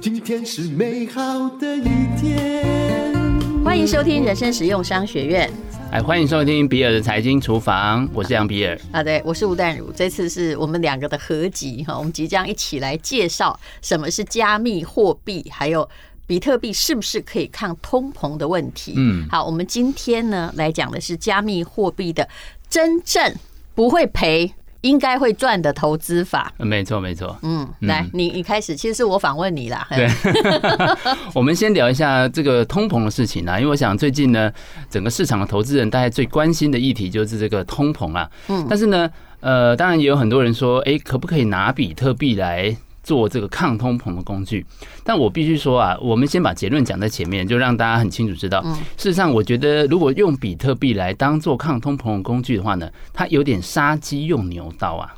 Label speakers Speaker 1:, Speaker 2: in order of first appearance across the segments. Speaker 1: 今天是美好的一天。
Speaker 2: 欢迎收听人生实用商学院
Speaker 3: 哎，欢迎收听比尔的财经厨房，我是杨比尔。
Speaker 2: 啊，对我是吴淡如，这次是我们两个的合集哈，我们即将一起来介绍什么是加密货币，还有。比特币是不是可以抗通膨的问题？
Speaker 3: 嗯
Speaker 2: 好，我们今天呢来讲的是加密货币的真正不会赔，应该会赚的投资法。
Speaker 3: 呃没错，没错。
Speaker 2: 嗯，来，你一开始其实是我访问你啦，
Speaker 3: 对，我们先聊一下这个通膨的事情啊，因为我想最近呢，整个市场的投资人大概最关心的议题就是这个通膨啊。嗯，但是呢，呃，当然也有很多人说，哎，可不可以拿比特币来？做这个抗通膨的工具，但我必须说啊，我们先把结论讲在前面，就让大家很清楚知道。事实上，我觉得如果用比特币来当做抗通膨的工具的话呢，它有点杀鸡用牛刀啊。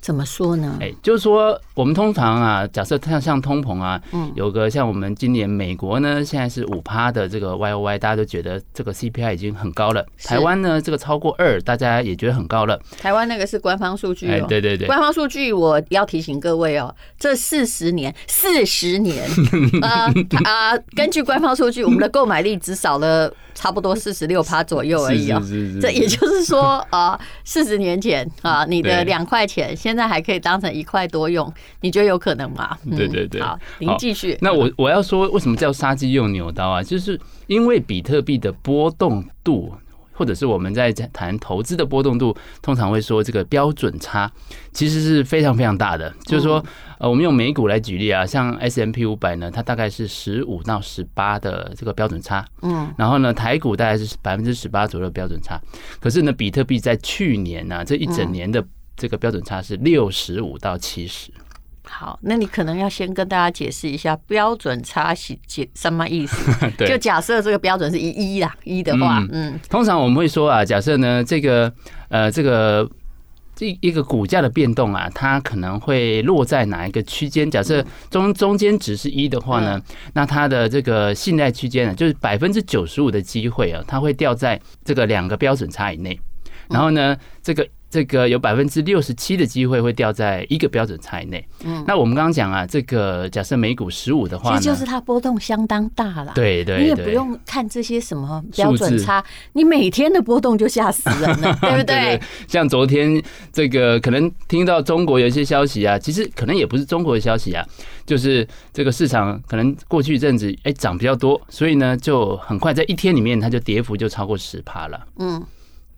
Speaker 2: 怎么说呢？
Speaker 3: 哎，就是说，我们通常啊，假设像像通膨啊，
Speaker 2: 嗯
Speaker 3: 有个像我们今年美国呢，现在是五趴的这个 Y O Y，大家都觉得这个 C P I 已经很高了。
Speaker 2: 是
Speaker 3: 台湾呢，这个超过二，大家也觉得很高了。
Speaker 2: 台湾那个是官方数据
Speaker 3: 哎
Speaker 2: 哦，，
Speaker 3: 对对对，
Speaker 2: 官方数据，我要提醒各位哦，这四十年，四十 年，呃呃，根据官方数据，我们的购买力只少了差不多四十六趴左右而已哦。
Speaker 3: 是是
Speaker 2: 这也就是说，呃，四十年前啊、你的
Speaker 3: 对
Speaker 2: 两块钱现在还可以当成一块多用，你觉得有可能吗？嗯
Speaker 3: 对对对
Speaker 2: 好，您
Speaker 3: 好
Speaker 2: 继续。
Speaker 3: 那我我要说，为什么叫杀鸡用牛刀啊？就是因为比特币的波动度，或者是我们在谈投资的波动度，通常会说这个标准差其实是非常非常大的。就是说，呃，我们用美股来举例啊，像 S M P 五百呢，它大概是十五到十八的这个标准差，
Speaker 2: 嗯，
Speaker 3: 然后呢，台股大概是百分之十八左右的标准差。可是呢，比特币在去年呢、这一整年的这个标准差是六十五到七十。
Speaker 2: 好，那你可能要先跟大家解释一下标准差是解什么意思？
Speaker 3: 对
Speaker 2: 就假设这个标准是一一啦，一的话，嗯
Speaker 3: 通常我们会说啊，假设呢，这个呃，这个这一个股价的变动啊，它可能会落在哪一个区间？假
Speaker 2: 嗯
Speaker 3: 设中中间值是一的话呢，那它的这个信贷区间呢，啊就是百分之九十五的机会啊，它会掉在这个两个标准差以内。
Speaker 2: 嗯
Speaker 3: 然后呢，这个这个有百分之六十七的机会会掉在一个标准差以内。嗯，那我们刚刚讲啊，这个假设美股十五的话
Speaker 2: 其
Speaker 3: 呢，
Speaker 2: 实就是它波动相当大啦。。
Speaker 3: 对对对，
Speaker 2: 你也不用看这些什么标准差，你每天的波动就吓死人
Speaker 3: 啊
Speaker 2: 了，对不对？
Speaker 3: 像昨天这个，可能听到中国有一些消息啊，其实可能也不是中国的消息啊，就是这个市场可能过去一阵子哎涨比较多，所以呢就很快在一天里面它就跌幅就超过十趴了。
Speaker 2: 嗯，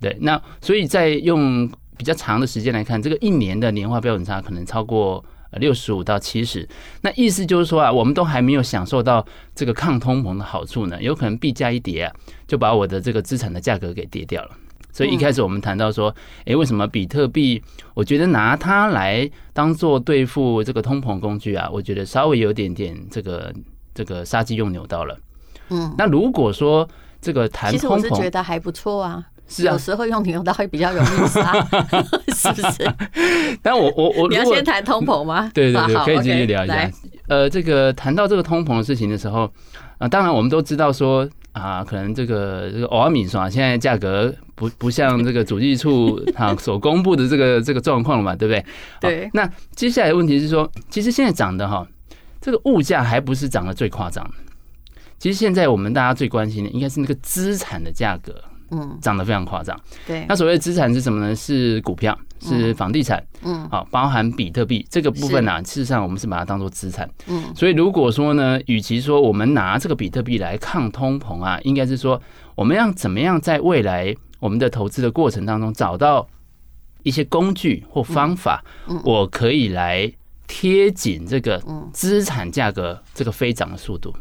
Speaker 3: 对，那所以在用比较长的时间来看，这个一年的年化标准差可能超过。呃六十五到七十，那意思就是说啊，我们都还没有享受到这个抗通膨的好处呢，有可能币价一跌啊，就把我的这个资产的价格给跌掉了。所以一开始我们谈到说，诶，为什么比特币？我觉得拿它来当做对付这个通膨工具啊，我觉得稍微有点点这个这个杀鸡用牛刀了。
Speaker 2: 嗯，
Speaker 3: 那如果说这个谈
Speaker 2: 其实我
Speaker 3: 通
Speaker 2: 是觉
Speaker 3: 膨，
Speaker 2: 得还不错啊，
Speaker 3: 是啊
Speaker 2: 有时候用牛刀会比较容易 杀，是不是？
Speaker 3: 但我我我
Speaker 2: 你要
Speaker 3: 如果
Speaker 2: 先谈通膨吗？
Speaker 3: 对对 对，
Speaker 2: 好
Speaker 3: 可以继续
Speaker 2: OK，
Speaker 3: 聊一下
Speaker 2: 来。
Speaker 3: 呃，这个谈到这个通膨的事情的时候，啊，当然我们都知道说啊，可能这个这个欧米爽现在价格不不像这个主计处啊所公布的这个 这个状况了嘛，对不对？
Speaker 2: 对
Speaker 3: 好那接下来的问题是说，其实现在涨的哈，这个物价还不是涨得最夸张的。其实现在我们大家最关心的应该是那个资产的价格
Speaker 2: 嗯，
Speaker 3: 涨得非常夸张。
Speaker 2: 对
Speaker 3: 那，所谓的资产是什么呢？是股票，是房地产，
Speaker 2: 嗯
Speaker 3: 好，包含比特币这个部分啊，事实上我们是把它当做资产，
Speaker 2: 嗯，
Speaker 3: 所以如果说呢，与其说我们拿这个比特币来抗通膨啊，应该是说我们要怎么样在未来我们的投资的过程当中找到一些工具或方法，
Speaker 2: 嗯
Speaker 3: 我可以来贴紧这个资产价格这个飞涨的速度，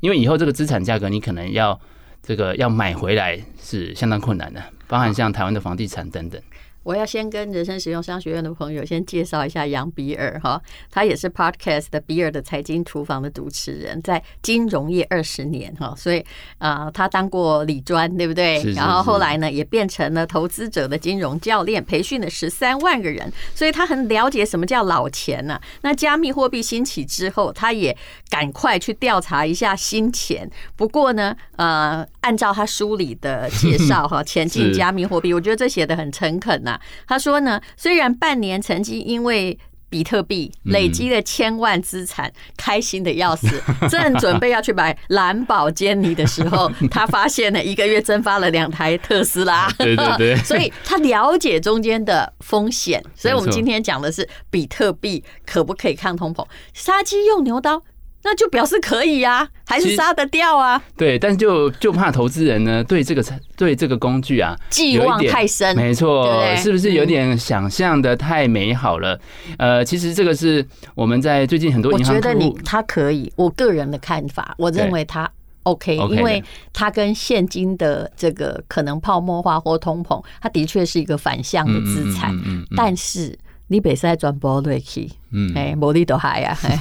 Speaker 3: 因为以后这个资产价格你可能要这个要买回来是相当困难的，包含像台湾的房地产等等。
Speaker 2: 我要先跟人生实用商学院的朋友先介绍一下杨比尔哈，他也是 Podcast 的比尔的财经厨房的主持人，在金融业二十年哈，所以啊、呃他当过理专，对不对？
Speaker 3: 是是
Speaker 2: 然后
Speaker 3: 是
Speaker 2: 后来呢，也变成了投资者的金融教练，培训了十三万个人，所以他很了解什么叫老钱呐、那加密货币兴起之后，他也赶快去调查一下新钱。不过呢，呃，按照他书里的介绍哈，前进
Speaker 3: 是
Speaker 2: 加密货币，我觉得这写的很诚恳呐、啊呐、他说呢，虽然半年曾经因为比特币
Speaker 3: 嗯
Speaker 2: 累积了千万资产，开心的要死。 正准备要去买蓝宝坚尼的时 候，他发现了一个月蒸发了两台特斯拉。
Speaker 3: 对对对
Speaker 2: 所以他了解中间的风险。所以我们
Speaker 3: 没错
Speaker 2: 今天讲的是比特币可不可以抗通膨，杀鸡用牛刀，那就表示可以呀、啊，还
Speaker 3: 其
Speaker 2: 是
Speaker 3: 实
Speaker 2: 杀得掉啊？
Speaker 3: 对，但就就怕投资人呢对这个对这个工具啊
Speaker 2: 寄
Speaker 3: 有一
Speaker 2: 望
Speaker 3: 点
Speaker 2: 太深，
Speaker 3: 没
Speaker 2: 对不
Speaker 3: 错
Speaker 2: 对，
Speaker 3: 是不是有点想象的太美好了？呃，其实这个是我们在最近很多
Speaker 2: 我
Speaker 3: 银
Speaker 2: 觉
Speaker 3: 行
Speaker 2: 得
Speaker 3: 客
Speaker 2: 你
Speaker 3: 户
Speaker 2: 他可以，我个人的看法，我认
Speaker 3: 对
Speaker 2: 为他 OK，
Speaker 3: OK
Speaker 2: 因为
Speaker 3: 的
Speaker 2: 它跟现金的这个可能泡沫化或通膨，它的确是一个反向的资产，
Speaker 3: 嗯嗯嗯嗯
Speaker 2: 但是。你北在转波瑞去，
Speaker 3: 嗯
Speaker 2: 哎，魔力都嗨呀，嘿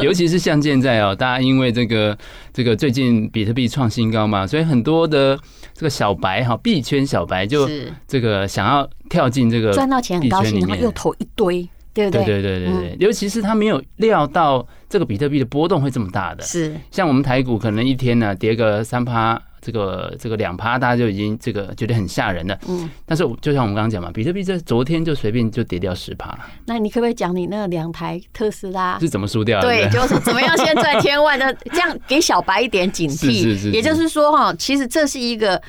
Speaker 3: 尤其是像现在哦，大家因为这个这个最近比特币创新高嘛，所以很多的这个小白哈币圈小白 就是这个想要跳进这个
Speaker 2: 赚到钱很高兴，
Speaker 3: 币圈里
Speaker 2: 然后
Speaker 3: 面
Speaker 2: 又投一堆，对不
Speaker 3: 对
Speaker 2: 对？嗯
Speaker 3: 对对对对，尤其是他没有料到这个比特币的波动会这么大的，
Speaker 2: 是
Speaker 3: 像我们台股可能一天呢跌个三趴，这个这个两趴，大家就已经这个觉得很吓人了。
Speaker 2: 嗯，
Speaker 3: 但是我就像我们刚刚讲嘛，比特币在昨天就随便就跌掉十趴，
Speaker 2: 那你可不可以讲你那两台特斯拉？
Speaker 3: 是怎么输掉的？
Speaker 2: 对，
Speaker 3: 不
Speaker 2: 就是怎么样先赚千万的，这样给小白一点警惕。
Speaker 3: 是是是
Speaker 2: 也就是说哈，其实这是一个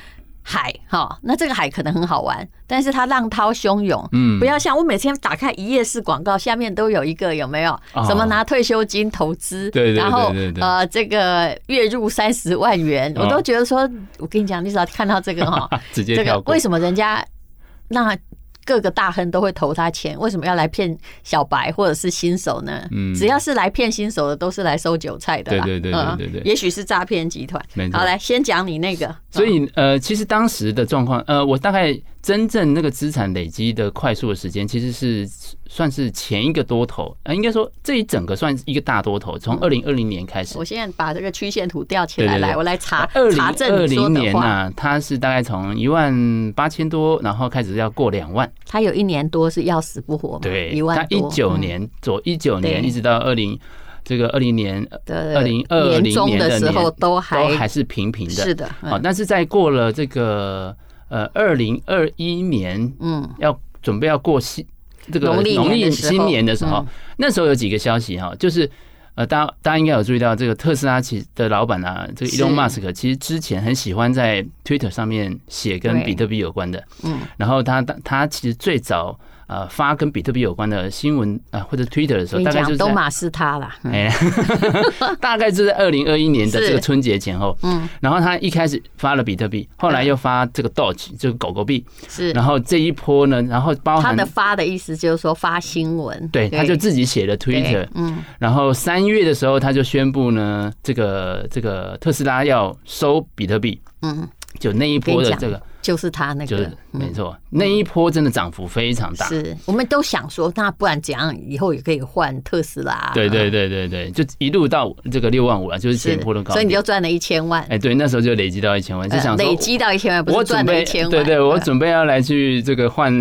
Speaker 2: 海哈，那这个海可能很好玩，但是它浪涛汹涌。
Speaker 3: 嗯
Speaker 2: 不要像我每天打开一页式广告，下面都有一个有没有
Speaker 3: 哦
Speaker 2: 什么拿退休金投资，
Speaker 3: 对对对
Speaker 2: 然后
Speaker 3: 对对
Speaker 2: 呃这个月入三十万元，
Speaker 3: 哦
Speaker 2: 我都觉得说，我跟你讲，你只要看到这个哈，
Speaker 3: 啊，直接
Speaker 2: 这个
Speaker 3: 跳过。
Speaker 2: 为什么人家那各个大亨都会投他钱？为什么要来骗小白或者是新手呢？
Speaker 3: 嗯
Speaker 2: 只要是来骗新手的，都是来收韭菜的啦。
Speaker 3: 对对对对对对
Speaker 2: 嗯也许是诈骗集团
Speaker 3: 没。错
Speaker 2: 好，来先讲你那个。嗯
Speaker 3: 所以呃，其实当时的状况，呃，我大概真正那个资产累积的快速的时间，其实是算是前一个多头，呃，应该说这一整个算是一个大多头，从二零二零年开始
Speaker 2: 嗯我。现在把这个曲线图吊起来，
Speaker 3: 对对对
Speaker 2: 来，我来查
Speaker 3: 二零
Speaker 2: 查证
Speaker 3: 二
Speaker 2: 你说
Speaker 3: 零
Speaker 2: 的
Speaker 3: 年啊
Speaker 2: 话。
Speaker 3: 呐、它是大概从一万八千多，然后开始要过两万，
Speaker 2: 他有一年多是要死不活嘛，
Speaker 3: 对，
Speaker 2: 一万
Speaker 3: 它一
Speaker 2: 多
Speaker 3: 九
Speaker 2: 嗯
Speaker 3: 年左一九年
Speaker 2: 对
Speaker 3: 一直到二零这个二零年
Speaker 2: 的
Speaker 3: 二零二
Speaker 2: 年
Speaker 3: 零
Speaker 2: 中
Speaker 3: 年
Speaker 2: 的
Speaker 3: 的
Speaker 2: 时候
Speaker 3: 年
Speaker 2: 都还
Speaker 3: 都还是平平的，啊
Speaker 2: 是的，嗯
Speaker 3: 好、但是在过了这个呃二零二一年
Speaker 2: 嗯，
Speaker 3: 要准备要过新这个
Speaker 2: 农历年
Speaker 3: 农
Speaker 2: 的
Speaker 3: 历
Speaker 2: 时候
Speaker 3: 新年的时候
Speaker 2: 嗯，
Speaker 3: 那时候有几个消息哈，就是。呃，大家大家应该有注意到，这个特斯拉其的老板啊，这个
Speaker 2: 是
Speaker 3: Elon Musk 其实之前很喜欢在 Twitter 上面写跟
Speaker 2: 对
Speaker 3: 比特币有关的，
Speaker 2: 嗯，
Speaker 3: 然后他他他其实最早呃发跟比特币有关的新闻啊、或者 Twitter 的时
Speaker 2: 跟
Speaker 3: 候，
Speaker 2: 你
Speaker 3: 大概就
Speaker 2: 讲
Speaker 3: 是
Speaker 2: 都
Speaker 3: 在
Speaker 2: 马是他啦，嗯
Speaker 3: 哎， 大概就在二零二一年的
Speaker 2: 是
Speaker 3: 这个春节前后，
Speaker 2: 嗯，
Speaker 3: 然后他一开始发了比特币，后来又发这个 Doge，就是狗狗币，
Speaker 2: 是
Speaker 3: 然后这一波呢，然后包
Speaker 2: 他
Speaker 3: 含
Speaker 2: 的发的意思就是说发新闻，
Speaker 3: 对，他就自己写了
Speaker 2: 对
Speaker 3: Twitter，
Speaker 2: 嗯，
Speaker 3: 然后三月的时候他就宣布呢，这个这个特斯拉要收比特币，
Speaker 2: 嗯，
Speaker 3: 就那一波的这个
Speaker 2: 就是他那
Speaker 3: 就是
Speaker 2: 个，
Speaker 3: 没错，那一波真的涨幅非常大，
Speaker 2: 是我们都想说，那不然怎样以后也可以换特斯拉啊？
Speaker 3: 对对对对对，就一路到这个六万五啊，就是
Speaker 2: 是
Speaker 3: 前波的高
Speaker 2: 所以你
Speaker 3: 点
Speaker 2: 就。赚了一千万，
Speaker 3: 哎，对，那时候就累积到一千万，就
Speaker 2: 呃
Speaker 3: 想说
Speaker 2: 累积到一千万，不
Speaker 3: 我
Speaker 2: 是赚
Speaker 3: 准
Speaker 2: 了
Speaker 3: 备
Speaker 2: 一千万？
Speaker 3: 对对，我
Speaker 2: 呃
Speaker 3: 准备要来去这个换，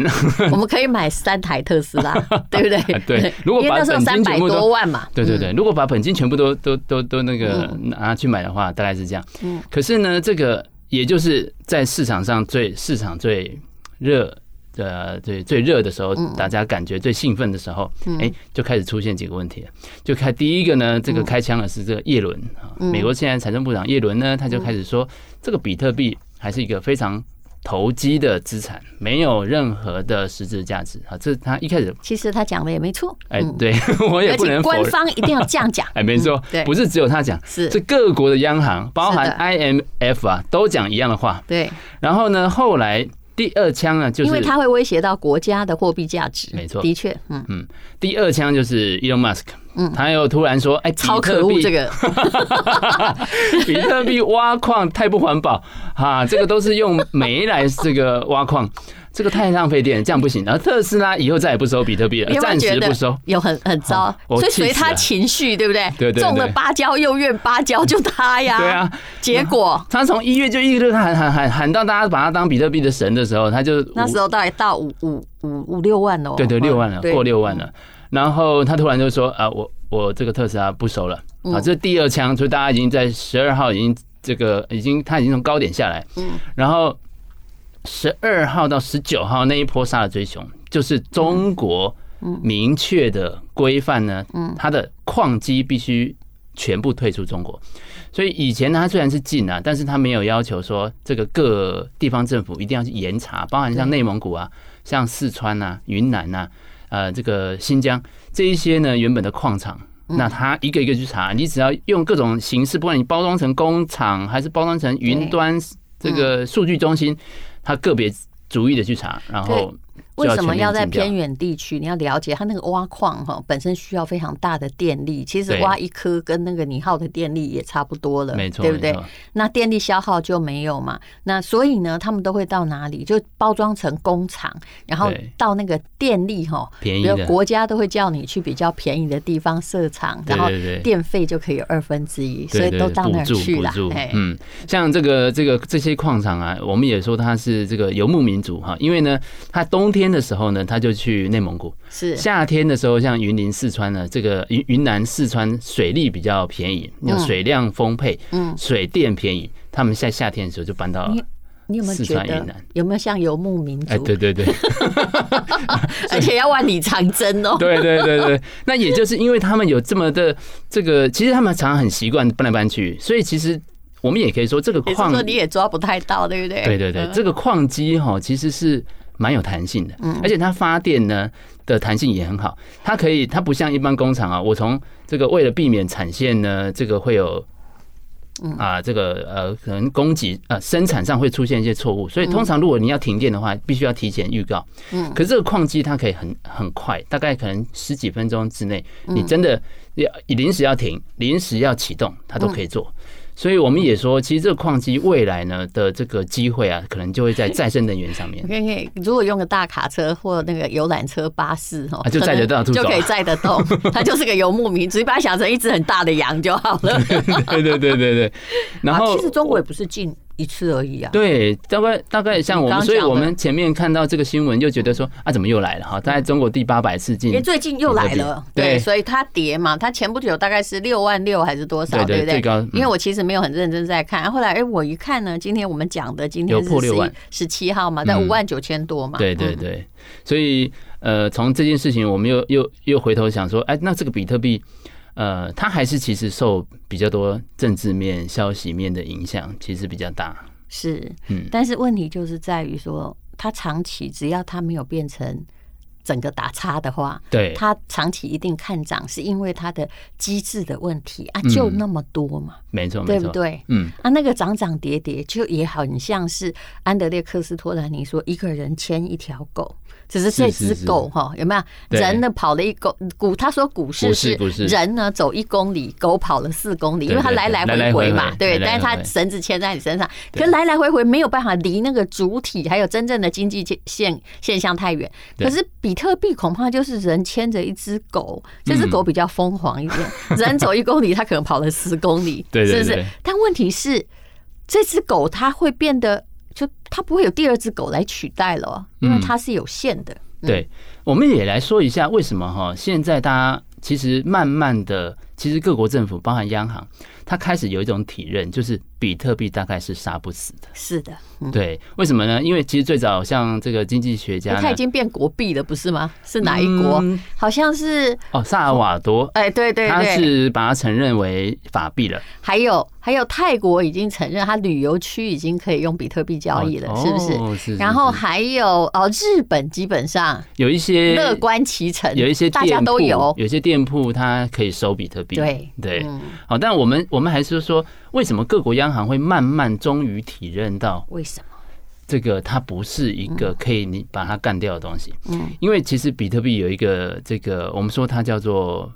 Speaker 2: 我们可以买三台特斯 拉，对不对？
Speaker 3: 哎对如果
Speaker 2: 因为
Speaker 3: 把
Speaker 2: 那时候
Speaker 3: 本金
Speaker 2: 三百
Speaker 3: 全部都
Speaker 2: 多万嘛，
Speaker 3: 对对对，如果把本金全部都都都都那个
Speaker 2: 嗯
Speaker 3: 拿去买的话，大概是这样。可是呢，这个也就是在市场上最市场最热。呃，对，最热的时候，
Speaker 2: 嗯
Speaker 3: 大家感觉最兴奋的时候，哎，就开始出现几个问题了。就开第一个呢，这个开枪的是这个耶伦啊，
Speaker 2: 嗯
Speaker 3: 美国现在财政部长耶伦呢，他就开始说，这个比特币还是一个非常投机的资产，没有任何的实质价值啊。这是他一开始，
Speaker 2: 其实他讲的也没错，
Speaker 3: 哎
Speaker 2: 嗯，
Speaker 3: 对 我也
Speaker 2: 而
Speaker 3: 不
Speaker 2: 且
Speaker 3: 能否
Speaker 2: 官
Speaker 3: 认。
Speaker 2: 方一定要这样讲
Speaker 3: ，哎，没错
Speaker 2: 嗯，对
Speaker 3: 不是只有他讲，
Speaker 2: 是
Speaker 3: 是各国的央行，包含
Speaker 2: 是的
Speaker 3: IMF 啊，都讲一样的话。
Speaker 2: 对，
Speaker 3: 然后呢，后来第二枪啊呢，就
Speaker 2: 因为
Speaker 3: 是
Speaker 2: 它会威胁到国家的货币价值，
Speaker 3: 没错
Speaker 2: 的确，嗯，
Speaker 3: 第二枪就是 Elon Musk，他又突然说，哎，比
Speaker 2: 超可
Speaker 3: 特
Speaker 2: 恶
Speaker 3: 币
Speaker 2: 这个，
Speaker 3: 比特币挖矿太不环保啊，这个都是用煤来这个挖矿，这个太浪费电，这样不行。然后特斯拉以后再也不收比特币
Speaker 2: 你
Speaker 3: 了，
Speaker 2: 有没有
Speaker 3: 暂
Speaker 2: 觉
Speaker 3: 时
Speaker 2: 得
Speaker 3: 不收。
Speaker 2: 有很很糟
Speaker 3: 啊？我
Speaker 2: 所以
Speaker 3: 气死
Speaker 2: 随他
Speaker 3: 了
Speaker 2: 情绪，对不对？
Speaker 3: 对对对
Speaker 2: 中了芭蕉又怨芭蕉，就他呀。
Speaker 3: 对啊，
Speaker 2: 结果
Speaker 3: 他从一月就一直喊喊喊喊到大家把他当比特币的神的时候，他就
Speaker 2: 那时候大概到五五五五六万哦。
Speaker 3: 对对，
Speaker 2: 嗯
Speaker 3: 六万了，
Speaker 2: 对
Speaker 3: 过六万了。然后他突然就说啊，我我这个特斯拉不收了
Speaker 2: 嗯
Speaker 3: 啊，这是第二枪，所以
Speaker 2: 嗯
Speaker 3: 大家已经在十二号已经这个已经他已经从高点下来，然后十二号到十九号那一波杀了追熊，就是中国
Speaker 2: 嗯
Speaker 3: 明确的规范呢，它的矿机必须全部退出中国。所以以前呢，它虽然是禁啊，但是它没有要求说这个各地方政府一定要去严查，包含像内蒙古啊、像四川啊、云南啊、呃这个新疆这一些呢原本的矿场。
Speaker 2: 嗯
Speaker 3: 那他一个一个去查，你只要用各种形式，不管你包装成工厂，还是包装成云端这个
Speaker 2: 嗯
Speaker 3: 数据中心，他个别逐一的去查，然后就
Speaker 2: 为什么
Speaker 3: 全面
Speaker 2: 要在
Speaker 3: 禁掉
Speaker 2: 偏远地区？你要了解它那个挖矿哈，本身需要非常大的电力。其实
Speaker 3: 对
Speaker 2: 挖一颗跟那个你耗的电力也差不多了，
Speaker 3: 没错，
Speaker 2: 对不对
Speaker 3: 没？错
Speaker 2: 那电力消耗就没有嘛。那所以呢，他们都会到哪里？就包装成工厂，然后
Speaker 3: 对
Speaker 2: 到那个电力哈，
Speaker 3: 便宜
Speaker 2: 比如
Speaker 3: 的，
Speaker 2: 国家都会叫你去比较便宜的地方设厂，然后
Speaker 3: 对对对
Speaker 2: 电费就可以有二分之一，所
Speaker 3: 对
Speaker 2: 以
Speaker 3: 对
Speaker 2: 都到那
Speaker 3: 补
Speaker 2: 儿
Speaker 3: 助
Speaker 2: 去
Speaker 3: 补
Speaker 2: 了
Speaker 3: 助。
Speaker 2: 哎，
Speaker 3: 嗯，像这个这个这些矿场啊，我们也说它是这个游牧民族哈，因为呢，它冬天的时候呢，它就去内蒙古；
Speaker 2: 是
Speaker 3: 夏天的时候，像云林、四川呢，这个云云南、四川水利比较便宜，有水量丰沛，
Speaker 2: 嗯
Speaker 3: 水电便宜，他们在夏天的时候就搬到。
Speaker 2: 你有没有
Speaker 3: 四
Speaker 2: 觉
Speaker 3: 川
Speaker 2: 得
Speaker 3: 云南
Speaker 2: 有没有像游牧民
Speaker 3: 哎，
Speaker 2: 族？
Speaker 3: 对对对，
Speaker 2: 而且要万里长征哦。
Speaker 3: 对对对对，那也就是因为他们有这么的这个，其实他们常常很习惯搬来搬去，所以其实我们也可以说，这个
Speaker 2: 也是
Speaker 3: 矿
Speaker 2: 说你也抓不太到，对不嗯对？
Speaker 3: 对对对，这个矿机哈其实是蛮有弹性的，而且它发电呢的弹性也很好，它可以它不像一般工厂啊，我从这个为了避免产线呢，这个会有。
Speaker 2: 嗯
Speaker 3: 啊，这个呃，可能供给呃生产上会出现一些错误，所以
Speaker 2: 嗯
Speaker 3: 通常如果你要停电的话，必须要提前预告。嗯，可是这个矿机它可以很很快，大概可能十几分钟之内，
Speaker 2: 嗯
Speaker 3: 你真的要临时要停、临时要启动，它都可以做。
Speaker 2: 嗯
Speaker 3: 所以我们也说，其实这个矿机未来呢的这个机会啊，可能就会在再生能源上 面
Speaker 2: 我。看看，如果用个大卡车或那个游览车、巴士哦
Speaker 3: 啊，就载得到处
Speaker 2: 可能
Speaker 3: 走
Speaker 2: 就可以载得 动。它就是个游牧民族，你把它想成一只很大的羊就好了。
Speaker 3: 对对对对对。 然
Speaker 2: 啊
Speaker 3: 后
Speaker 2: 其实中国也不是进一次而已啊。
Speaker 3: 对，大概大概像我
Speaker 2: 你刚刚
Speaker 3: 们，所以
Speaker 2: 讲的
Speaker 3: 我们前面看到这个新闻，就觉得说啊，怎么又来了哈？大概中国第八百次
Speaker 2: 因为
Speaker 3: 进，
Speaker 2: 最近又来了，
Speaker 3: 对
Speaker 2: 对，所以它跌嘛，它前不久大概是六万六还是多少，
Speaker 3: 对对
Speaker 2: 对不
Speaker 3: 最高
Speaker 2: 对
Speaker 3: 嗯？
Speaker 2: 因为我其实没有很认真在看，后来哎，我一看呢，今天我们讲的今天
Speaker 3: 有
Speaker 2: 是
Speaker 3: 破
Speaker 2: 十
Speaker 3: 6万
Speaker 2: 十七号嘛，在
Speaker 3: 嗯
Speaker 2: 五万九千多嘛，嗯
Speaker 3: 对对嗯对。所以呃，从这件事情，我们又又又回头想说，哎，那这个比特币。呃，它还是其实受比较多政治面、消息面的影响，其实比较大。
Speaker 2: 是，
Speaker 3: 嗯
Speaker 2: 但是问题就是在于说，它长期只要它没有变成整个打叉的话，
Speaker 3: 对，
Speaker 2: 它长期一定看涨，是因为它的机制的问题啊，就那么多嘛，
Speaker 3: 嗯没错，没
Speaker 2: 对不
Speaker 3: 错，
Speaker 2: 对？
Speaker 3: 嗯，
Speaker 2: 啊，那个涨涨跌跌，就也很像是安德烈克斯托兰尼说，一个人牵一条狗，只是这
Speaker 3: 是
Speaker 2: 只
Speaker 3: 是
Speaker 2: 狗哈有没有
Speaker 3: 对
Speaker 2: 人呢跑了一公股？他说股市
Speaker 3: 股市
Speaker 2: 是
Speaker 3: 股市
Speaker 2: 人呢走一公里，狗跑了四公里，因为
Speaker 3: 对
Speaker 2: 它
Speaker 3: 对
Speaker 2: 来
Speaker 3: 对
Speaker 2: 来
Speaker 3: 来
Speaker 2: 回
Speaker 3: 来
Speaker 2: 回
Speaker 3: 回
Speaker 2: 嘛，
Speaker 3: 回
Speaker 2: 对，
Speaker 3: 来来
Speaker 2: 但是它
Speaker 3: 回回
Speaker 2: 绳子牵在你身上，可
Speaker 3: 对
Speaker 2: 来来回回没有办法离那个主体还有真正的经济现现现象太远。可
Speaker 3: 对
Speaker 2: 是比特币恐怕就是人牵着一只狗，
Speaker 3: 嗯
Speaker 2: 这只狗比较疯狂一点， 人走一公里，它可能跑了十公里，
Speaker 3: 对对
Speaker 2: 是不
Speaker 3: 对
Speaker 2: 是？但问题是，这只狗它会变得，就它不会有第二只狗来取代了哦，因为
Speaker 3: 嗯
Speaker 2: 它是有限的。
Speaker 3: 对，我们也来说一下为什么哈，现在大家其实慢慢的，其实各国政府，包含央行，它开始有一种体认，就是比特币大概是杀不死的。
Speaker 2: 是的，嗯，
Speaker 3: 对，为什么呢？因为其实最早像这个经济学
Speaker 2: 因
Speaker 3: 家
Speaker 2: 为它
Speaker 3: 呢
Speaker 2: 已，经变国币了，不是吗？是哪一国？
Speaker 3: 嗯
Speaker 2: 好像是，
Speaker 3: 哦，萨尔瓦多。
Speaker 2: 哎，对对
Speaker 3: 他
Speaker 2: 对，
Speaker 3: 是把它承认为法币了，
Speaker 2: 还有还有泰国已经承认它旅游区已经可以用比特币交易了，
Speaker 3: 哦
Speaker 2: 是不是？
Speaker 3: 哦是
Speaker 2: 然后
Speaker 3: 是
Speaker 2: 还有哦，日本基本上
Speaker 3: 有一些
Speaker 2: 乐观其成，
Speaker 3: 有一些
Speaker 2: 大
Speaker 3: 店
Speaker 2: 家都
Speaker 3: 铺
Speaker 2: 有，
Speaker 3: 有些店铺它可以收比特币。
Speaker 2: 对
Speaker 3: 对，
Speaker 2: 嗯
Speaker 3: 好，但我们我们还是说，为什么各国央行会慢慢终于体认到
Speaker 2: 为什么？
Speaker 3: 这个它不是一个可以你把它干掉的东西？
Speaker 2: 嗯，
Speaker 3: 因为其实比特币有一个这个我们说它叫做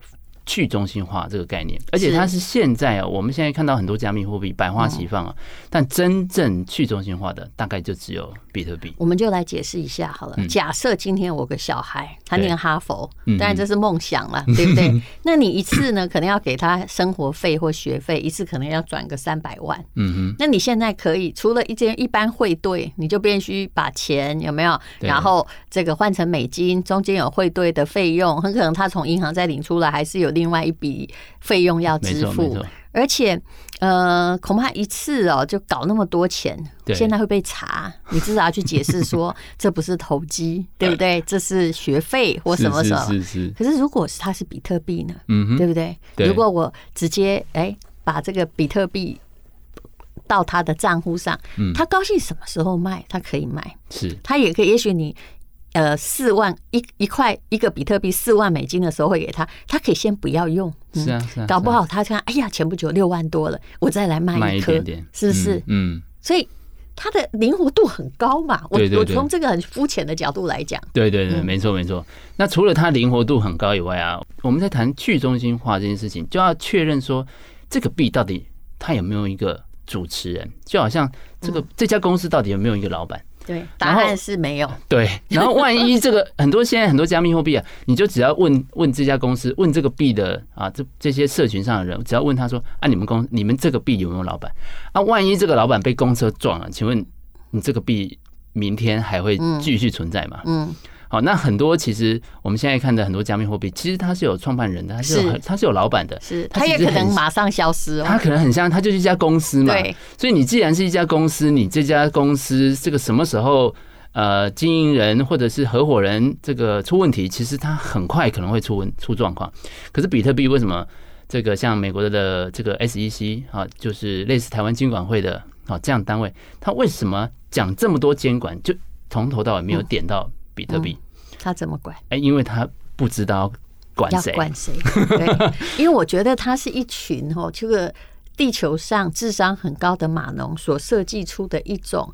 Speaker 3: 去中心化这个概念，而且它是现在啊，我们现在看到很多加密货币百花齐放啊，
Speaker 2: 嗯
Speaker 3: 但真正去中心化的大概就只有比特币。
Speaker 2: 我们就来解释一下好了。假设今天我有个小孩，他
Speaker 3: 对
Speaker 2: 念哈佛，
Speaker 3: 嗯
Speaker 2: 当然这是梦想 了，对不对？那你一次呢，可能要给他生活费或学费，一次可能要转个三百万。
Speaker 3: 嗯
Speaker 2: 那你现在可以除了一间一般汇兑，你就必须把钱有没有，
Speaker 3: 对
Speaker 2: 然后这个换成美金，中间有汇兑的费用，很可能他从银行再领出来，还是有另外一笔费用要
Speaker 3: 没
Speaker 2: 支
Speaker 3: 错没
Speaker 2: 付
Speaker 3: 错，，
Speaker 2: 而且呃，恐怕一次哦就搞那么多钱，
Speaker 3: 对
Speaker 2: 现在会被查，你至少要去解释 说这不是投机，对不对？这是学费或什么什么。
Speaker 3: 是是是是，
Speaker 2: 可是如果是它是比特币呢，
Speaker 3: 嗯
Speaker 2: 对
Speaker 3: 哼，
Speaker 2: 不对？
Speaker 3: 对
Speaker 2: 如果我直接哎把这个比特币到他的账户上，
Speaker 3: 嗯
Speaker 2: 他高兴什么时候卖，他可以卖，
Speaker 3: 是
Speaker 2: 他也可以，也许你。呃，四万一一块一个比特币四万美金的时候会给他，他可以先不要用，
Speaker 3: 是啊是
Speaker 2: 嗯
Speaker 3: 啊，
Speaker 2: 搞不
Speaker 3: 是啊
Speaker 2: 好他看，哎呀，前不久六万多了，我再来卖
Speaker 3: 慢
Speaker 2: 一
Speaker 3: 一
Speaker 2: 颗，
Speaker 3: 点点，
Speaker 2: 是不是？
Speaker 3: 嗯？嗯，
Speaker 2: 所以它的灵活度很高嘛。我
Speaker 3: 对对
Speaker 2: 我
Speaker 3: 对
Speaker 2: 从这个很肤浅的角度来讲，
Speaker 3: 对对对，没错没错。那除了它灵活度很高以外啊，我们在谈去中心化这件事情，就要确认说这个币到底它有没有一个主持人，就好像这个这家公司到底有没有一个老板。
Speaker 2: 对，答
Speaker 3: 然后
Speaker 2: 案是没有。
Speaker 3: 对， 然后万一这个很多现在很多加密货币啊，你就只要问问这家公司，问这个币的啊，这这些社群上的人，只要问他说啊，你们公你们这个币有没有老板？啊，万一这个老板被公车撞了，请问你这个币明天还会继续存在吗？
Speaker 2: 嗯，
Speaker 3: 好，那很多其实我们现在看的很多加密货币，其实它是有创办人的，它是有
Speaker 2: 是
Speaker 3: 它是有老板的，
Speaker 2: 是，
Speaker 3: 它
Speaker 2: 它也
Speaker 3: 其实
Speaker 2: 可能
Speaker 3: 很
Speaker 2: 马上消失哦。
Speaker 3: 它可能很像，它就是一家公司嘛。
Speaker 2: 对，
Speaker 3: 所以你既然是一家公司，你这家公司这个什么时候呃经营人或者是合伙人这个出问题，其实它很快可能会出问出状况。可是比特币为什么这个像美国的这个 SEC 啊，就是类似台湾监管会的啊这样单位，它为什么讲这么多监管，就从头到尾没有点到比特币？
Speaker 2: 它怎么管？
Speaker 3: 哎、因为他不知道管
Speaker 2: 要
Speaker 3: 谁。
Speaker 2: 管谁？ 对，因为我觉得它是一群哦，这个地球上智商很高的码农所设计出的一种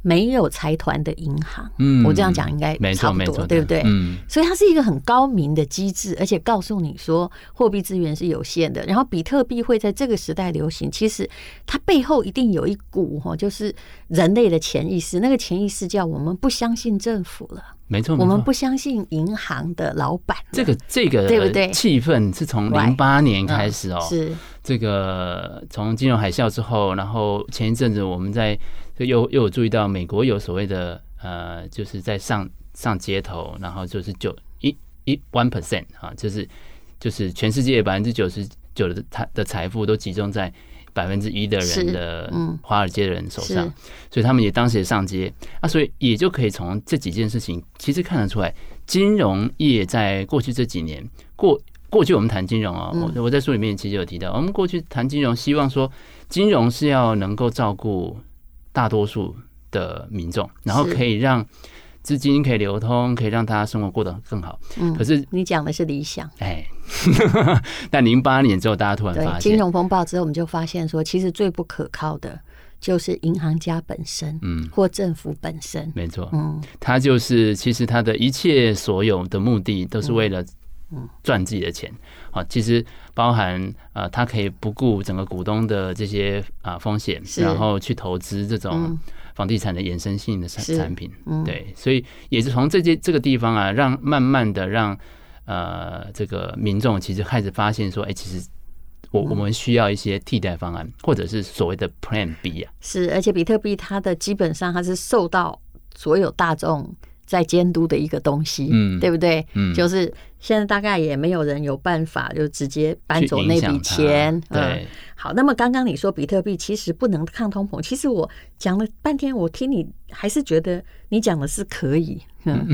Speaker 2: 没有财团的银行。
Speaker 3: 嗯
Speaker 2: 我这样讲应该
Speaker 3: 没
Speaker 2: 差
Speaker 3: 错
Speaker 2: 不
Speaker 3: 没错
Speaker 2: 多，
Speaker 3: 的，
Speaker 2: 对不对？
Speaker 3: 嗯，
Speaker 2: 所以它是一个很高明的机制，而且告诉你说货币资源是有限的。然后比特币会在这个时代流行，其实它背后一定有一股哈，就是人类的潜意识。那个潜意识叫我们不相信政府了，
Speaker 3: 没错，
Speaker 2: 我
Speaker 3: 没
Speaker 2: 们
Speaker 3: 错
Speaker 2: 不相信银行的老板了。
Speaker 3: 这个这个
Speaker 2: 对不对
Speaker 3: 气氛是从
Speaker 2: Right 嗯
Speaker 3: 零八年开始哦，
Speaker 2: 是
Speaker 3: 这个从金融海啸之后，然后前一阵子我们在就又又有注意到美国有所谓的呃，就是在上上街头，然后就是九一一 one percent 啊，就是就是全世界百分之九十九的财的财富都集中在百分之一的
Speaker 2: 是
Speaker 3: 人的
Speaker 2: 嗯
Speaker 3: 华尔街的人手上，
Speaker 2: 是
Speaker 3: 所以他们也当时也上街啊，所以也就可以从这几件事情其实看得出来，金融业在过去这几年过。过去我们谈金融啊、
Speaker 2: 嗯
Speaker 3: 哦，我我在书里面其实有提到，我们过去谈金融，希望说金融是要能够照顾大多数的民众，然后
Speaker 2: 是
Speaker 3: 可以让资金可以流通，可以让大家生活过得更好。
Speaker 2: 嗯
Speaker 3: 可是
Speaker 2: 你讲的是理想。
Speaker 3: 哎， 但零八年之后，大家突然
Speaker 2: 对
Speaker 3: 发
Speaker 2: 金
Speaker 3: 现，
Speaker 2: 融风暴之后，我们就发现说，其实最不可靠的就是银行家本身，
Speaker 3: 嗯，
Speaker 2: 或政府本身。
Speaker 3: 没错，
Speaker 2: 嗯，
Speaker 3: 他就是其实他的一切所有的目的都是为了
Speaker 2: 嗯
Speaker 3: 赚自己的钱。好，其实包含呃，他可以不顾整个股东的这些啊、风险，
Speaker 2: 是嗯
Speaker 3: 然后去投资这种房地产的衍生性的产
Speaker 2: 是嗯
Speaker 3: 产品。对，所以也是从这些这个地方啊，让慢慢的让呃这个民众其实开始发现说，哎、其实。我
Speaker 2: 嗯
Speaker 3: 我们需要一些替代方案，或者是所谓的 Plan B 啊，
Speaker 2: 是，而且比特币它的基本上它是受到所有大众在监督的一个东西，
Speaker 3: 嗯
Speaker 2: 对不对？
Speaker 3: 嗯
Speaker 2: 就是现在大概也没有人有办法就直接搬
Speaker 3: 去
Speaker 2: 走
Speaker 3: 影
Speaker 2: 那
Speaker 3: 响
Speaker 2: 笔
Speaker 3: 它
Speaker 2: 钱，嗯
Speaker 3: 对，
Speaker 2: 好，那么刚刚你说比特币其实不能抗通膨，其实我讲了半天，我听你还是觉得你讲的是可以，嗯，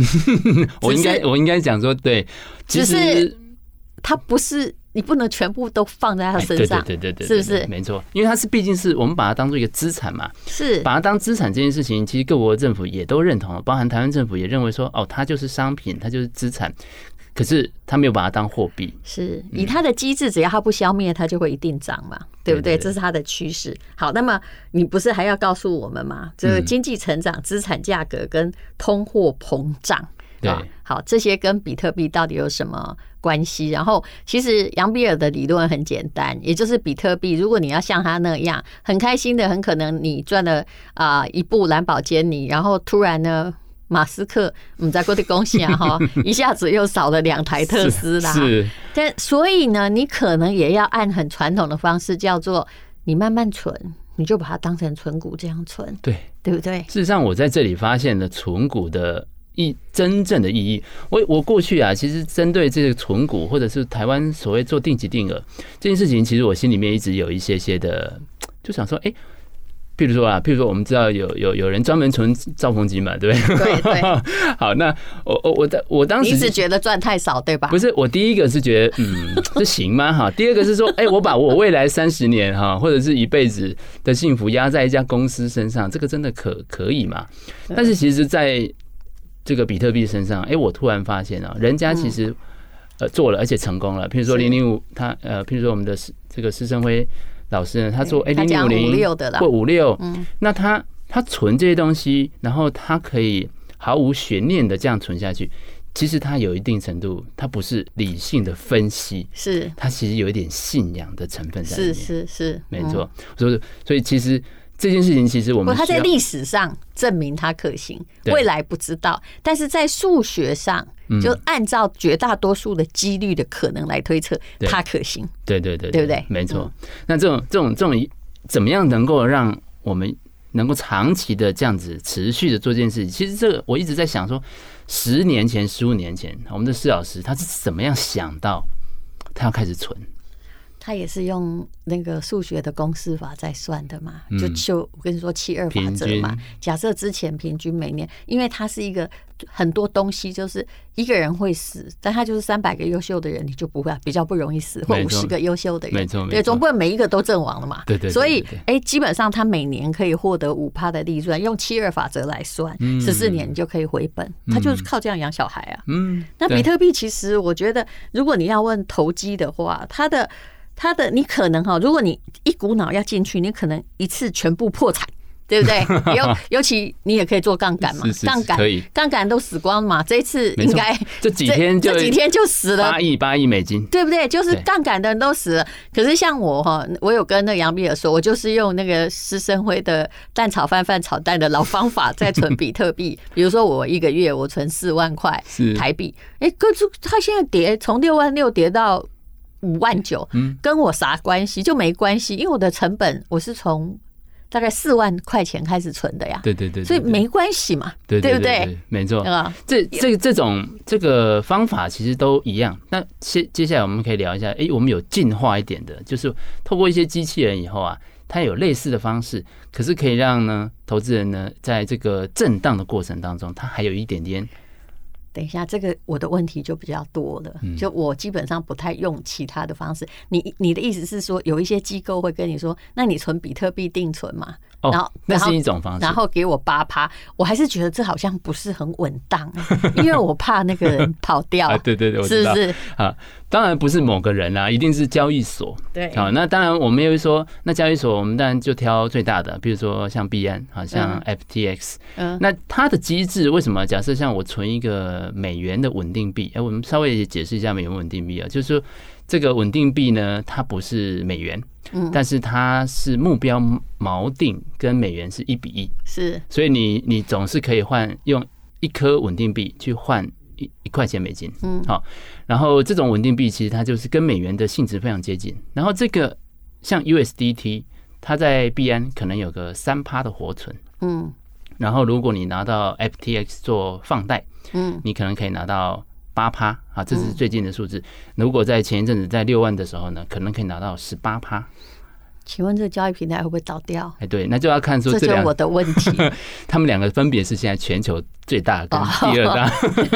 Speaker 3: 我应该
Speaker 2: 只是
Speaker 3: 我应该讲说，对，其
Speaker 2: 只
Speaker 3: 实哎
Speaker 2: 是它不是你不能全部都放在他
Speaker 3: 哎
Speaker 2: 身上，
Speaker 3: 对对对对
Speaker 2: 是
Speaker 3: 对，
Speaker 2: 不
Speaker 3: 对
Speaker 2: 是
Speaker 3: 没错，因为它是毕竟是我们把它当做一个资产嘛，
Speaker 2: 是
Speaker 3: 把它当资产这件事情，其实各国政府也都认同了，包含台湾政府也认为说，哦，它就是商品，它就是资产，可是他没有把它当货币。
Speaker 2: 是以它的机制，只要它不消灭，它就会一定涨嘛，对不对？
Speaker 3: 嗯对对对
Speaker 2: 这是它的趋势。好，那么你不是还要告诉我们吗？这个经济成长、资产价格跟通货膨胀，
Speaker 3: 对
Speaker 2: 啊好，这些跟比特币到底有什么关系？然后，其实杨比尔的理论很简单，也就是比特币，如果你要像他那样很开心的，很可能你赚了啊、一部兰博基尼，然后突然呢。马斯克，我们在过去恭喜啊 哈，一下子又少了两台特斯拉，
Speaker 3: 是
Speaker 2: 但所以呢，你可能也要按很传统的方式，叫做你慢慢存，你就把它当成存股这样存，
Speaker 3: 对。
Speaker 2: 对不对？
Speaker 3: 事实上，我在这里发现了存股的意真正的意义。我我过去啊，其实针对这个存股或者是台湾所谓做定期定额这件事情，其实我心里面一直有一些些的，就想说，哎、譬如说啊，譬如说我们知道有有有人专门存兆丰金嘛，对不对？
Speaker 2: 对对，
Speaker 3: 好，那我我我当我当
Speaker 2: 你
Speaker 3: 时
Speaker 2: 只觉得赚太少对吧
Speaker 3: 不？是，我第一个是觉得，嗯， 这行吗？哈，第二个是说，哎、我把我未来三十年哈，或者是一辈子的幸福压在一家公司身上，这个真的可可以吗？但是其实，在这个比特币身上，哎、我突然发现啊，人家其实、呃做了，而且成功了。譬如说
Speaker 2: 是
Speaker 3: 零零五，他呃，譬如说我们的师这个师生辉老师呢，他做哎
Speaker 2: 他
Speaker 3: 零零
Speaker 2: 讲
Speaker 3: 五零
Speaker 2: 56的啦嗯
Speaker 3: 或五六，那他他存这些东西，然后他可以毫无悬念的这样存下去。其实它有一定程度，它不是理性的分析，
Speaker 2: 是
Speaker 3: 它其实有一点信仰的成分在
Speaker 2: 是
Speaker 3: 里面。
Speaker 2: 是是，
Speaker 3: 没错。所以所以其实这件事情，其实我
Speaker 2: 不，
Speaker 3: 们
Speaker 2: 他
Speaker 3: 需
Speaker 2: 在
Speaker 3: 要
Speaker 2: 历史上证明它可行，
Speaker 3: 对嗯
Speaker 2: 未来不知道，但是在数学上，就按照绝大多数的几率的可能来推测，
Speaker 3: 对
Speaker 2: 它可行。
Speaker 3: 对对对，
Speaker 2: 对不对嗯
Speaker 3: 没错。那这种这种这种怎么样能够让我们能够长期的这样子持续的做这件事情？其实这个我一直在想说，十年前、十五年前，我们的施老师他是怎么样想到他要开始存？
Speaker 2: 他也是用那个数学的公式法在算的嘛，就就我跟你说七二法则嘛
Speaker 3: 嗯平均。
Speaker 2: 假设之前平均每年，因为它是一个很多东西，就是一个人会死，但他就是三百个优秀的人，你就不会比较不容易死，或
Speaker 3: 没
Speaker 2: 五
Speaker 3: 错
Speaker 2: 十个优秀的人，
Speaker 3: 没错没
Speaker 2: 对，
Speaker 3: 错
Speaker 2: 总不能每一个都阵亡了嘛。
Speaker 3: 对对对
Speaker 2: 所以
Speaker 3: 对对
Speaker 2: 哎、基本上他每年可以获得五趴的利润，用七二法则来算，十四年你就可以回本，他就是靠这样养小孩啊。
Speaker 3: 嗯，
Speaker 2: 那
Speaker 3: 对
Speaker 2: 比特币其实我觉得，如果你要问投机的话，它的它的你可能哈，如果你一股脑要进去，你可能一次全部破产。对不对？ 尤尤其你也可以做杠杆嘛
Speaker 3: 是是，是
Speaker 2: 杠杆
Speaker 3: 可以
Speaker 2: 杠杆都死光嘛，这一次
Speaker 3: 没
Speaker 2: 应
Speaker 3: 错
Speaker 2: 该
Speaker 3: 这几天 就
Speaker 2: 这几天就死了
Speaker 3: 八亿八亿美金，
Speaker 2: 对不对？就是
Speaker 3: 对
Speaker 2: 杠杆的人都死了。可是像我哈，我有跟那个杨碧尔说，我就是用那个施生辉的蛋炒饭、饭炒蛋的老方法在存比特 币。比如说我一个月我存四万块
Speaker 3: 是
Speaker 2: 台币，哎，可是它现在跌，从六万六跌到五万九，
Speaker 3: 嗯
Speaker 2: 跟我啥关系？就没关系，因为我的成本我是从大概四万块钱开始存的呀，
Speaker 3: 对对对，对
Speaker 2: 所以
Speaker 3: 对
Speaker 2: 没关系嘛，
Speaker 3: 对
Speaker 2: 不
Speaker 3: 对
Speaker 2: 对？，
Speaker 3: 没错。
Speaker 2: 啊，
Speaker 3: 这这这种这个方法其实都一样。那接接下来我们可以聊一下，诶，我们有进化一点的，就是透过一些机器人以后啊，它有类似的方式，可是可以让呢投资人呢在这个震荡的过程当中，它还有一点点
Speaker 2: 等一下，这个我的问题就比较多了，
Speaker 3: 嗯
Speaker 2: 就我基本上不太用其他的方式。你你的意思是说，有一些机构会跟你说，那你存比特币定存嘛？然
Speaker 3: 哦
Speaker 2: 后，
Speaker 3: 那
Speaker 2: 然后
Speaker 3: 是一种方式
Speaker 2: 然。后给我八趴，我还是觉得这好像不是很稳当， 因为我怕那个人跑掉。
Speaker 3: 啊，对对对，我知
Speaker 2: 是
Speaker 3: 道
Speaker 2: 不是？
Speaker 3: 啊，当然不是某个人啦、啊一定是交易所。
Speaker 2: 对
Speaker 3: 好，那当然我们也会说，那交易所我们当然就挑最大的，比如说像币安，好像 FTX，
Speaker 2: 嗯
Speaker 3: 那它的机制为什么？假设像我存一个美元的稳定币，哎，我们稍微也解释一下美元稳定币啊，就是说这个稳定币呢，它不是美元，
Speaker 2: 嗯
Speaker 3: 但是它是目标锚定跟美元是一比一，
Speaker 2: 是
Speaker 3: 所以你你总是可以换用一颗稳定币去换一一块钱美金，
Speaker 2: 嗯
Speaker 3: 好，然后这种稳定币其实它就是跟美元的性质非常接近，然后这个像 USDT，它在币安可能有个三趴的活存，
Speaker 2: 嗯
Speaker 3: 然后如果你拿到 FTX 做放贷，
Speaker 2: 嗯
Speaker 3: 你可能可以拿到八趴啊，这是最近的数字。如果在前一阵子在六万的时候呢，可能可以拿到十八趴。
Speaker 2: 请问这个交易平台会不会倒掉？
Speaker 3: 哎，对，那就要看说
Speaker 2: 这
Speaker 3: 这
Speaker 2: 就
Speaker 3: 两
Speaker 2: 是我的问题，
Speaker 3: 他们两个分别是现在全球最大跟第二 大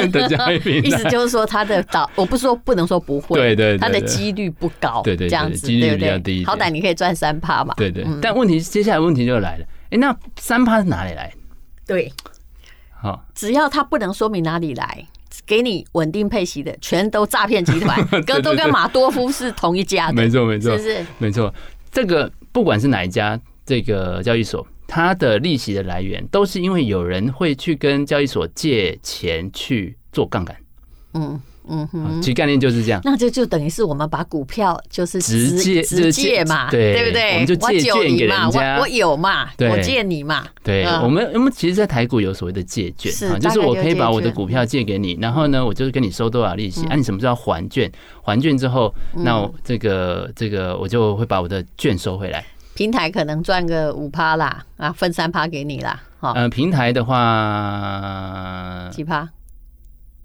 Speaker 3: 的交易 平
Speaker 2: 哦意思
Speaker 3: 台。
Speaker 2: 就是说它的倒，我不是说不能说不会，
Speaker 3: 对对对对
Speaker 2: 它的几率不高，
Speaker 3: 对对对
Speaker 2: 这样子
Speaker 3: 几率
Speaker 2: 对不
Speaker 3: 比较低一
Speaker 2: 对？
Speaker 3: 点
Speaker 2: 好歹你可以赚三趴嘛，
Speaker 3: 对对，但问题接下来问题就来了，哎，那三趴是哪里来？
Speaker 2: 对，
Speaker 3: 好、
Speaker 2: 只要他不能说明哪里来，给你稳定配息的，全都诈骗集 团，跟都跟马多夫是同一家的，
Speaker 3: 没错没错
Speaker 2: 是不，是？
Speaker 3: 没错，这个不管是哪一家这个交易所，它的利息的来源都是因为有人会去跟交易所借钱去做杠杆，
Speaker 2: 嗯嗯哼。
Speaker 3: 啊其实概念就是这样。
Speaker 2: 那这就等于是我们把股票就是
Speaker 3: 直借
Speaker 2: 直借嘛，
Speaker 3: 对
Speaker 2: 不对？
Speaker 3: 我们就借
Speaker 2: 我有
Speaker 3: 券
Speaker 2: 你
Speaker 3: 给
Speaker 2: 嘛，
Speaker 3: 人家
Speaker 2: 我我有嘛，
Speaker 3: 对
Speaker 2: 我借你嘛，
Speaker 3: 对，
Speaker 2: 嗯
Speaker 3: 我们我们其实，在台股有所谓的借券
Speaker 2: 是
Speaker 3: 啊，就
Speaker 2: 大
Speaker 3: 是
Speaker 2: 概
Speaker 3: 我
Speaker 2: 就
Speaker 3: 可以
Speaker 2: 借
Speaker 3: 把我的
Speaker 2: 券嗯
Speaker 3: 股票借给你，然后呢，我就是跟你收多少利息，啊，你什么时候还券？还券之后，
Speaker 2: 嗯
Speaker 3: 那我这个这个我就会把我的券收回来。
Speaker 2: 平台可能赚个五趴啦，啊，分三趴给你啦，哈、
Speaker 3: 呃，平台的话，
Speaker 2: 几趴？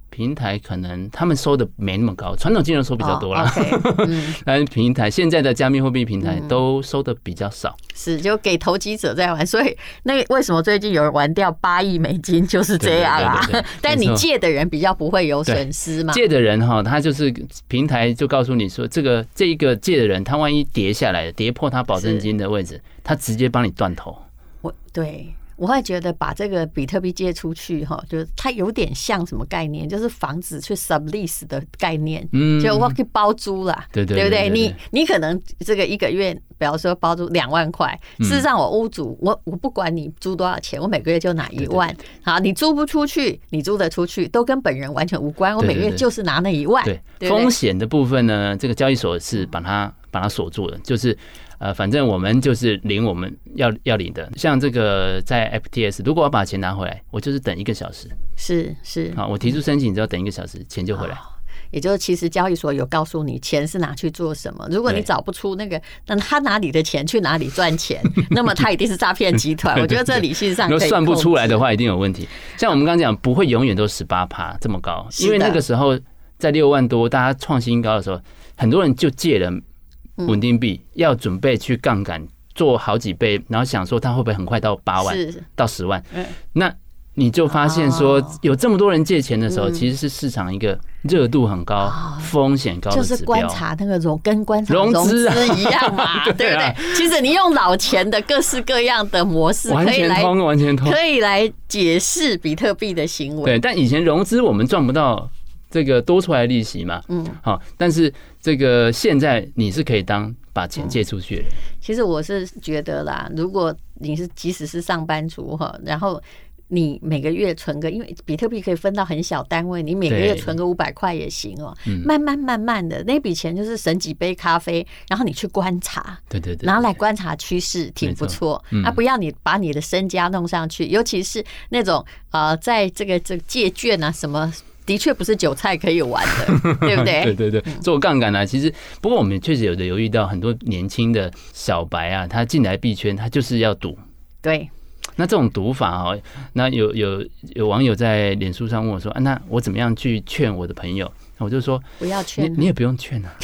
Speaker 3: 平台可能他们收的没那么高，传统金融收比较多
Speaker 2: 哦嗯
Speaker 3: 啦。
Speaker 2: OK，嗯，
Speaker 3: 但是平台现在的加密货币平台都收的比较少，
Speaker 2: 是就给投机者在玩，所以那为什么最近有人玩掉八亿美金就是这样啊
Speaker 3: 对 对对对对？
Speaker 2: 但你
Speaker 3: 没错
Speaker 2: 借的人比较不会有损失嘛？
Speaker 3: 借的人哈，他就是平台就告诉你说，这个这一个借的人，他万一跌下来，跌破他保证金的位置，他直接帮你断头。
Speaker 2: 我对我会觉得把这个比特币借出去哈，就是它有点像什么概念，就是房子去 sublease 的概念，
Speaker 3: 嗯
Speaker 2: 就我可以包租啦，
Speaker 3: 对对
Speaker 2: 不对？
Speaker 3: 对对对
Speaker 2: 你你可能这个一个月，比方说包租两万块，
Speaker 3: 嗯
Speaker 2: 事实上我屋主我我不管你租多少钱，我每个月就拿一万，好，你租不出去，你租得出去都跟本人完全无关，我
Speaker 3: 对
Speaker 2: 每
Speaker 3: 对
Speaker 2: 个月
Speaker 3: 对
Speaker 2: 就是拿那一万，
Speaker 3: 对，
Speaker 2: 对不
Speaker 3: 风
Speaker 2: 对？
Speaker 3: 险的部分呢，这个交易所是把它把它锁住了，就是呃，反正我们就是领我们要要领的。像这个在 FTS，如果我把钱拿回来，我就是等一个小时
Speaker 2: 是是。
Speaker 3: 啊，我提出申请只要等一个小时，钱就回来。
Speaker 2: 哦也就是其实交易所有告诉你钱是拿去做什么。如果你
Speaker 3: 对
Speaker 2: 找不出那个，那他拿你的钱去哪里赚钱，那么他一定是诈骗集团。我觉得这理性上
Speaker 3: 如
Speaker 2: 可
Speaker 3: 果
Speaker 2: 以
Speaker 3: 算不出来
Speaker 2: 控
Speaker 3: 的话，一定有问题。像我们刚刚讲，不会永远都十八趴这么高，
Speaker 2: 是的
Speaker 3: 因为那个时候在六万多，大家创新高的时候，很多人就借了
Speaker 2: 嗯
Speaker 3: 稳定币，要准备去杠杆做好几倍，然后想说它会不会很快到八万
Speaker 2: 制。是
Speaker 3: 到十万
Speaker 2: 嗯？
Speaker 3: 那你就发现说
Speaker 2: 哦，嗯
Speaker 3: 有这么多人借钱的时候，其实是市场一个热度很高、风险高的
Speaker 2: 哦就
Speaker 3: 指
Speaker 2: 是观
Speaker 3: 标。
Speaker 2: 察那个融跟观察
Speaker 3: 融资啊
Speaker 2: 一样嘛，对
Speaker 3: 对
Speaker 2: 不
Speaker 3: 啊
Speaker 2: 对？其实你用老钱的各式各样的模式，
Speaker 3: 完
Speaker 2: 可以
Speaker 3: 全
Speaker 2: 来
Speaker 3: 通，完全通。
Speaker 2: 可以来解释比特币的行为。
Speaker 3: 对，但以前融资我们赚不到这个多出来的利息嘛，嗯，好，但是这个现在你是可以当把钱借出去的，
Speaker 2: 其实我是觉得啦，如果你是即使是上班族哈，然后你每个月存个，因为比特币可以分到很小单位，你每个月
Speaker 3: 对嗯
Speaker 2: 存个五百块也行哦、慢慢慢慢的，那笔钱就是省几杯咖啡，然后你去观察，
Speaker 3: 对对对， 嗯
Speaker 2: 拿来观察趋势，挺不错。啊，不要你把你的身家弄上去，尤其是那种呃，在这个这个借券啊什么。的确不是韭菜可以玩 的，对不对？嗯
Speaker 3: 对对对，做杠杆啊，其实不过我们确实有的留意到很多年轻的小白啊，他进来币圈，他就是要赌。
Speaker 2: 对，
Speaker 3: 那这种赌法哦，那有有有网友在脸书上问我说啊，那我怎么样去劝我的朋友？那我就说，
Speaker 2: 不要
Speaker 3: 你
Speaker 2: 劝
Speaker 3: 你也不用劝 啊，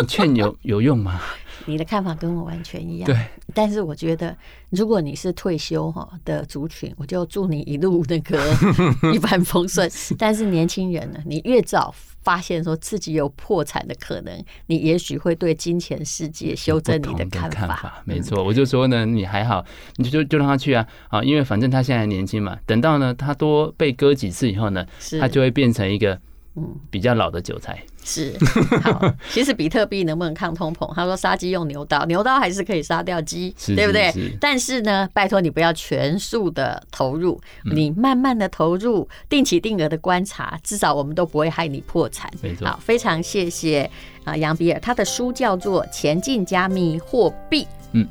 Speaker 3: 你劝有有用吗？
Speaker 2: 你的看法跟我完全一样。
Speaker 3: 对，
Speaker 2: 但是我觉得，如果你是退休哈的族群，我就祝你一路那 个一帆风顺。但是年轻人呢，你越早发现说自己有破产的可能，你也许会对金钱世界修正你
Speaker 3: 不同
Speaker 2: 的
Speaker 3: 的
Speaker 2: 看
Speaker 3: 看
Speaker 2: 法。嗯
Speaker 3: 法，没错，我就说呢，你还好，你就就让他去啊，啊，因为反正他现在还年轻嘛，等到呢他多被割几次以后呢，
Speaker 2: 是嗯
Speaker 3: 他就会变成一个比较老的韭菜。
Speaker 2: 是好， 其实比特币能不能抗通膨？他说杀鸡用牛刀，牛刀还是可以杀掉鸡，
Speaker 3: 是
Speaker 2: 对不对
Speaker 3: 是是？
Speaker 2: 但是呢，拜托你不要全数的投入，
Speaker 3: 嗯
Speaker 2: 你慢慢的投入，定期定额的观察，至少我们都不会害你破产
Speaker 3: 没。错
Speaker 2: 好，非呃常谢谢啊，杨比尔，他的书叫做《前进加密货币》。
Speaker 3: 嗯，